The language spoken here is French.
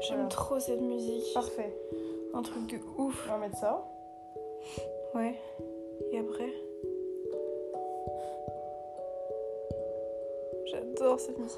J'aime Voilà. trop cette musique. Parfait. Un truc de ouf. On va mettre ça. Ouais. Et après J'adore cette musique.